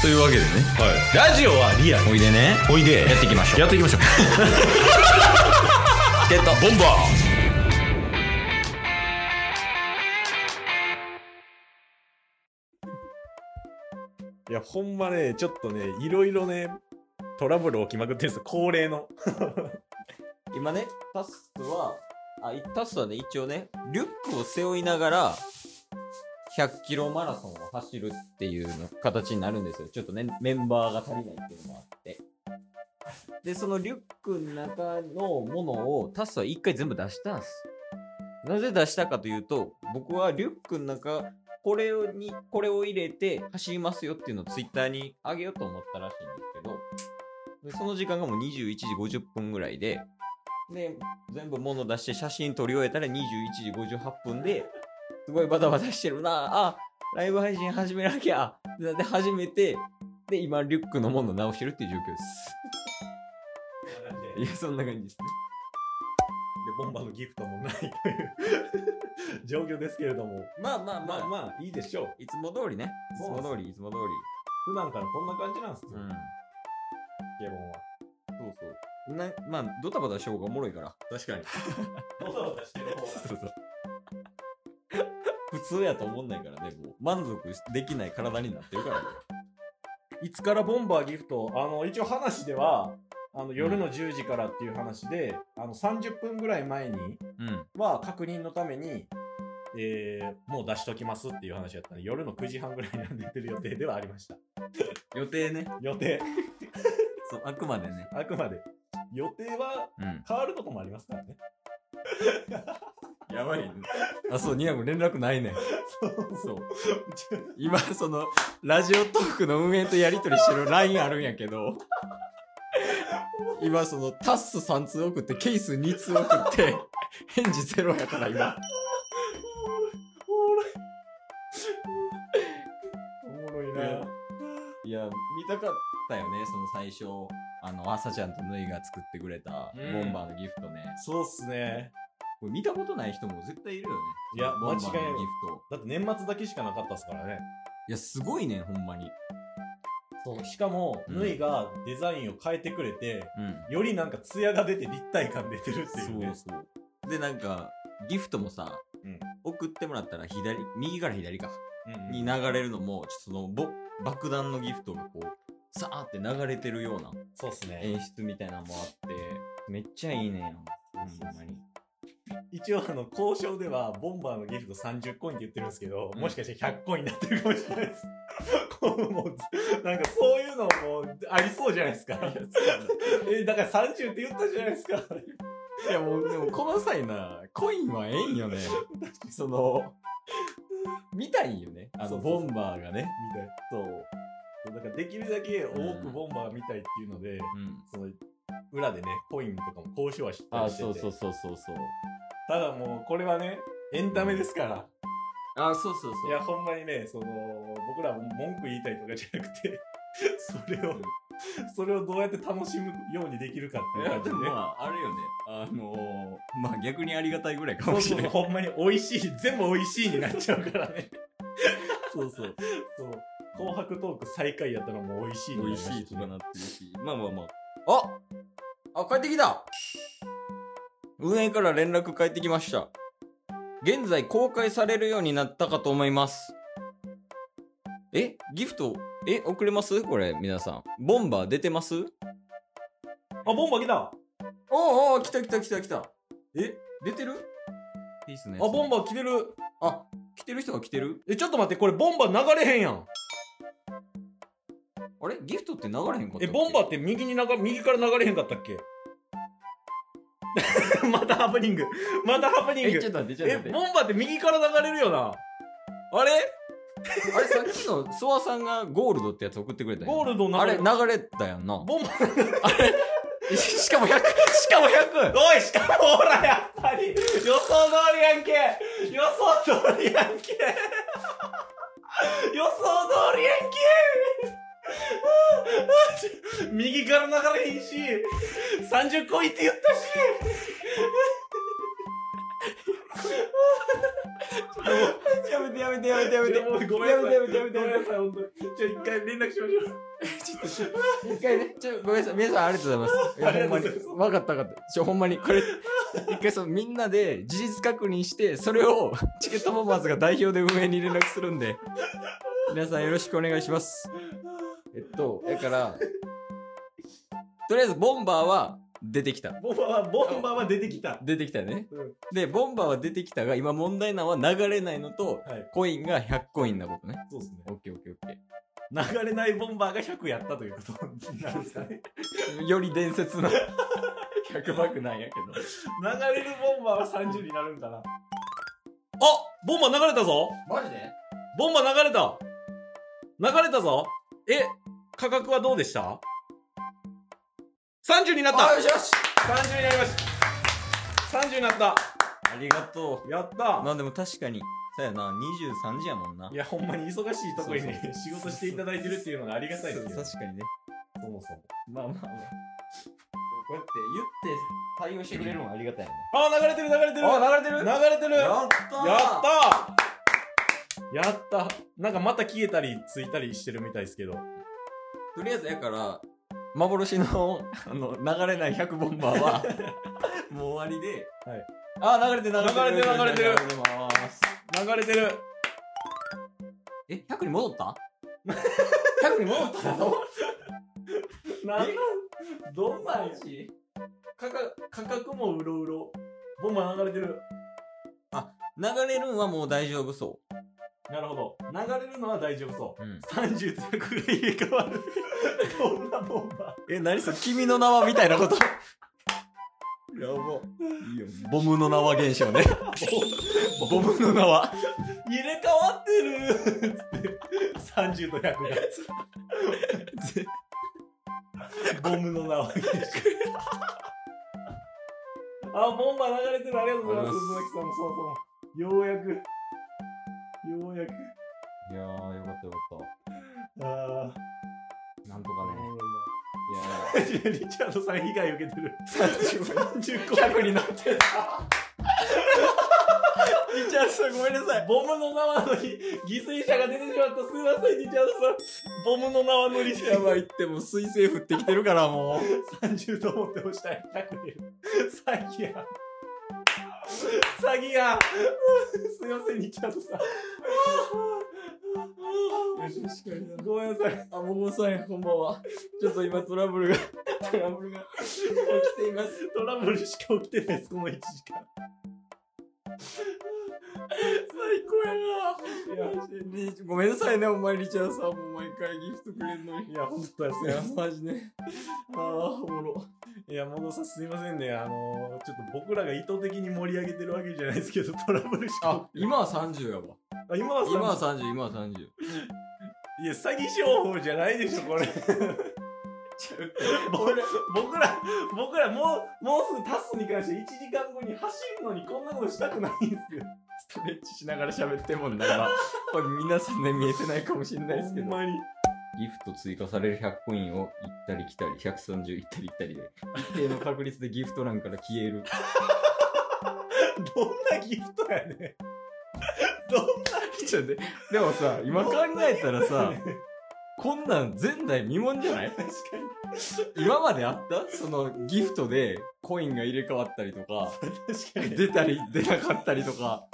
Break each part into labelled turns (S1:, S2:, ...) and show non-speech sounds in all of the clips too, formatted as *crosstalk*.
S1: というわけでね
S2: はい、ラジオはリアル
S1: おいでね
S2: おいで
S1: やっていきましょう
S2: やっていきましょう
S1: ゲット
S2: ボンバーいやほんまねちょっとねいろいろねトラブル起きまくってるんですよ恒例の
S1: 今ねタスはあいタスはね一応ねリュックを背負いながら100キロマラソンを走るっていうの形になるんですよちょっとねメンバーが足りないっていうのもあってでそのリュックの中のものをタスは一回全部出したんですなぜ出したかというと僕はリュックの中これをにこれを入れて走りますよっていうのをツイッターに上げようと思ったらしいんですけどでその時間がもう21時50分ぐらいで、で、全部物出して写真撮り終えたら21時58分で、すごいバタバタしてるなあ、ライブ配信始めなきゃってなって始めて、で、今、リュックのもの直してるっていう状況 *laughs* です。いや、そんな感じですね。
S2: でボンバーのギフトもないという *laughs* 状況ですけれども
S1: まあまあまあ、
S2: まあまあいいでしょう
S1: いつも通りね。いつ
S2: そう
S1: も通り、いつも通
S2: 普段からこんな感じなんですよ、
S1: り。うん。
S2: ゲボンは
S1: そうそう。なまあ、ドタバタした方がおもろいから。確
S2: *laughs*
S1: かに。
S2: ドタバタしてる方
S1: そうそう。 *laughs* 普通やと思んないからね、もう満足できない体になってるからね。
S2: いつからボンバーギフトあの一応話ではあの夜の10時からっていう話で、あの30分ぐらい前に
S1: うん。
S2: は確認のために、えーもう出しときますっていう話やったんで夜の9時半ぐらいに出てる予定ではありました
S1: 予定ね。
S2: 予定
S1: そう、あくまでね。
S2: あくまで予定は
S1: うん。
S2: 変わることもありますからね
S1: やばい、あ、そう、ニアも連絡ないねん。 *laughs* そう。今、その、ラジオトークの運営とやりとりしてる LINE あるんやけど、今、その、タッス3通送って、ケース2通送って、返事ゼロやから、今。
S2: おもろい
S1: ねいや、見たかったよね、その最初。あの、朝ちゃんとヌイが作ってくれた、
S2: うん
S1: ボンバーのギフトね。
S2: そうっすね
S1: これ見たことない人も絶対いるよね。
S2: いや
S1: ボンバーの
S2: 間違いない
S1: ギフト。
S2: だって年末だけしかなかったっすからね
S1: いや、すごいね、ほんまに。
S2: そうしかも、
S1: うん
S2: ぬいがデザインを変えてくれて
S1: うん。
S2: よりなんかツヤが出て立体感出てるっていう
S1: そう
S2: ね
S1: そう。で、なんか、ギフトもさ、
S2: うん
S1: 送ってもらったら左、右から左か、
S2: うんうん
S1: に流れるのも、ちょっとそのぼ爆弾のギフトがこう、さーって流れてるような
S2: そうっすね
S1: 演出みたいなのもあって、めっちゃいいねん。ほ
S2: そうん
S1: まに。
S2: 一応あの交渉ではボンバーのギフト30コインって言ってるんですけど、
S1: うん
S2: もしかして100コインになってるかもしれないですこうもうなんかそういうのもありそうじゃないですかえだから30って言ったじゃないですか
S1: *laughs* いやもう、でもこの際な、コインはええんよね。 *laughs* その、見たいんよね。あ
S2: そ
S1: の、
S2: うそ
S1: ボ
S2: うそう
S1: ンバーがね。
S2: みたい
S1: そう。
S2: そうだからできるだけ多くボンバーみたいっていうので、
S1: うん。
S2: その裏でねコインとかも交渉はしてた
S1: あ、
S2: りしてて
S1: そうそうそうそうそう。
S2: ただもうこれはねエンタメですから、
S1: あ、そうそう
S2: いやほんまにねその僕らも文句言いたいとかじゃなくて *laughs* それをそれをどうやって楽しむようにできるかって
S1: い
S2: いう
S1: や
S2: 感じ
S1: で
S2: で
S1: も
S2: ね、
S1: まああれよねあのー、まあ逆にありがたいぐらいか
S2: そ
S1: も
S2: う
S1: し
S2: そ
S1: れ
S2: う
S1: な
S2: そう
S1: い
S2: ほんまに美味しい全部美味しいになっちゃうから
S1: *laughs*
S2: ね
S1: そう *laughs* そう
S2: そう紅白トーク最下位やったらもう美味しいになり
S1: 美味
S2: ました
S1: しいとかなってるしまあまあまあああ帰ってきた運営から連絡返ってきました現在公開されるようになったかと思いますえギフトえ送れますこれ皆さんボンバー出てます
S2: あボンバー来たあ
S1: おうおう来た来た来た来たえ出てるいいっすね
S2: ボンバー来てる
S1: あ来てる人が来てる
S2: えちょっと待ってこれボンバー流れへんやん
S1: あれギフトって流れへんかったっけ
S2: えボンバーって右に流右から流れへんかったっけ *laughs* またハプニングまたハプニン
S1: え、
S2: グ
S1: ちょっと待って、ちょ
S2: え
S1: っと待って。
S2: ボンバーって右から流れるよな
S1: あれあれ、さっきのソワさんがゴールドってやつ送ってくれたやん
S2: ゴールド流
S1: あれ、
S2: れ
S1: 流れたやんな。
S2: ボンバー
S1: えしかも100、しかも 100!
S2: おいしかもほらやっぱり予想通りやんけ予想通りやんけ予想通りやんけあーあーち右から流れへんし30個いって言ったし
S1: やめてやめてやめてやめて。
S2: いやもうごめんなさい
S1: やめてやめてや
S2: ごめ
S1: めて。
S2: んなさい、本当に。じゃあ一回連絡しましょう。
S1: ちょっと、一回ね、ちょ、ごめんなさい。皆さんありがとうございます。い
S2: あり
S1: や、ほ
S2: が
S1: んまに
S2: とうございます。
S1: わかったわかった。ちょ、ほんまに、これ、一回その、みんなで事実確認して、それを、チケットボンバーズが代表で運営に連絡するんで、皆さんよろしくお願いします。えっと、だから、とりあえず、ボンバーは出てきた。
S2: ボンバーは、ボンバーは出てきた。
S1: 出てきたよね。
S2: うん。
S1: で、ボンバーは出てきたが、今問題なのは流れないのと、
S2: はい。
S1: コインが100コインなことね。
S2: そうですね。
S1: オッケーオッケーオッケ
S2: 流れないボンバーが100やったということなんですかね。
S1: ー。より伝説の100バックなんやけど。
S2: 流れるボンバーは30になるんかな。あボンバー流れたぞ
S1: マジで
S2: ボンバー流れた流れたぞえ、価格はどうでした ?30 になった
S1: よしよし
S2: !30 になりました !30 になっ
S1: あ
S2: た
S1: りがと
S2: やった
S1: う。まあでも確かに、さやな、23時やもんな。
S2: いや、ほんまに忙しいとこにね
S1: そう、
S2: 仕事していただいてるっていうのがありがたいですけ
S1: そ
S2: ど、
S1: う
S2: そ
S1: 確かにね。
S2: もそも。
S1: まあまあまあ。でもこうやって言って対応してくれるのはありがたいよね。
S2: あー、流れてる流れてる
S1: あ、流れてる
S2: 流れてるや
S1: やったー
S2: ったやったなんかまた消えたり、ついたりしてるみたいですけど。
S1: とりあえずやから、幻のあの流れない100ボンバーは、もう終わりで、
S2: はい、
S1: *laughs* あ、流れてる
S2: 流れてる流れて
S1: 流
S2: る
S1: れてます。
S2: 流れてる
S1: え、100に戻った *laughs* ?100 に戻ったの
S2: *laughs* なん
S1: え
S2: どんなんや
S1: ジ
S2: 価格、価格もうろうろ。ボンバー流れてる。
S1: 流れるんはもう大丈夫そ。
S2: なるほど。流れるのは大丈夫そう
S1: うん
S2: う。30と100が入れ替わる。こんなボンバ
S1: え、何それ君の名はみたいな *laughs* こと。
S2: ー。やば。
S1: いいよボムの縄現象 *laughs* ね。ボムの縄。
S2: 入れ替わってるつって30と100がボムの縄にしてあボンバー流れてるありがとうございま
S1: ありがとうございま
S2: す
S1: す
S2: 鈴木さんもそうそうようやくようやく
S1: いやー、よかったよかっ
S2: あ
S1: た。なんとか
S2: あ、
S1: ね。
S2: リチャードさん被害受けてる30個
S1: 100になってる。リチャードさんごめんな *laughs* さい。
S2: ボムの縄の犠牲者が出てしまったすいませんリチャードさんボムの縄のリチャー
S1: やばいってもう水星降ってきてるからもう。
S2: 30と思って押したら100出る。詐欺や。詐欺や。すいません、ニチャードさん。
S1: *laughs* 確かにな。
S2: ごめんなさい。
S1: あ、ももさん、こんばんは。ちょっと今トラブルが、 *laughs* トラブルが起きています。
S2: トラブルしか起きてないです、この1時間。
S1: 最高やな。リごめんなさいね、お前リチャードさんも毎回ギフトくれるのに。
S2: いや、本当です
S1: いや
S2: ね。、
S1: マジね。ああ、おもろ。
S2: いや、モノさんすいませんね。あのー、ちょっと僕らが意図的に盛り上げてるわけじゃないですけど、トラブルしか
S1: あ、
S2: 起きてない。
S1: 今は30やわ。
S2: あ、今はさ
S1: 今は30、今は30。
S2: いや、詐欺商法じゃないでしょ、これ。 *laughs* 僕ら、僕ら、僕らもう、もうすぐタスに関して1時間後に走るのにこんなことしたくないんですけど。
S1: ストレッチしながら喋ってんもんな、今。これ皆さんね、見えてないかもしれないですけ
S2: ほん
S1: ど。
S2: まに。
S1: ギフト追加される100コインを行ったり来たり、130行ったり来たりで、一定の確率でギフト欄から消える。
S2: どんなギフトやねん。どんなギフ
S1: ちょっとねでもさ、今考えたらさ、こんなん前代未聞じゃない
S2: 確か
S1: 今まであったそのギフトでコインが入れ替わったりとか、
S2: に。確かに。
S1: 出たり出なかったりとか、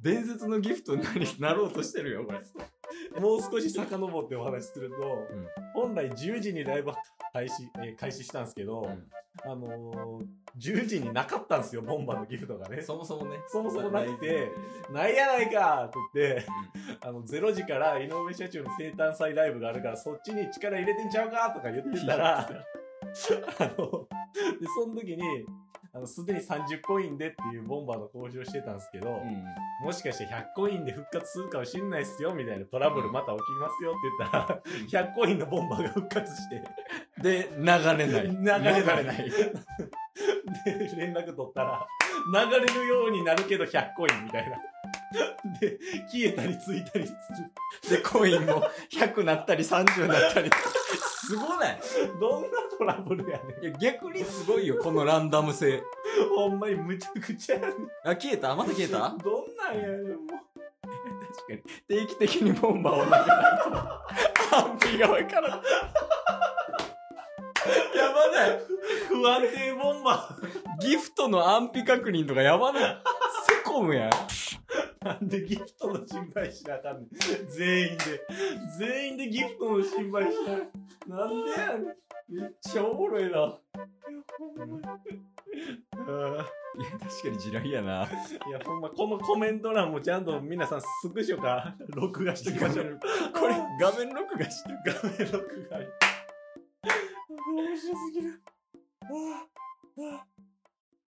S1: 伝説のギフトになりなろうとしてるよ、これ。
S2: もう少し遡ってお話しすると、
S1: ん
S2: 本来10時にライブ開始、えー開始したんですけど、
S1: うん
S2: あのー、10時になかったんですよ、ボンバーのギフトがね。
S1: そもそもね。
S2: そもそもなくてないやないかって言って、あの、0時から井上社長の生誕祭ライブがあるから、そっちに力入れてんちゃうかとか言ってたら、あの、で、その時に、あの、すでに30コインでっていうボンバーの交渉してたんですけど、
S1: うん。
S2: もしかして100コインで復活するかもしんないっすよ、みたいなトラブルまた起きますよって言ったら、100コインのボンバーが復活して、
S1: で、流れない。
S2: 流れな
S1: い。
S2: いで、連絡取ったら、流れるようになるけど100コインみたいな。で、消えたりついたり
S1: *laughs*
S2: す
S1: で、コインも100なったり30なったり。すごない
S2: る。どんなトラブルやねん。
S1: いや、逆にすごいよ、このランダム性。
S2: *laughs* ほんまにむちゃくちゃやねん。
S1: あ、消えたまた消えた
S2: どんなんやねん、も
S1: 確かに。定期的にボンバーを投げないと、 *laughs* 安否がわからない。
S2: やばない。不安定ボンバ
S1: ギフトの安否確認とかやばない。セコムやん。
S2: ー。なんでギフトの心配しなあかんねん。全員で。全員でギフトの心配しな。なんでやねん。めっちゃおもろいな。あー
S1: いや、確かに地雷やな。
S2: いや、ほんま、このコメント欄もちゃんと皆さん、スクショか、録画しときましょう。
S1: これ、画面録画して
S2: 画面録画。面白すぎる。ああ、ああ、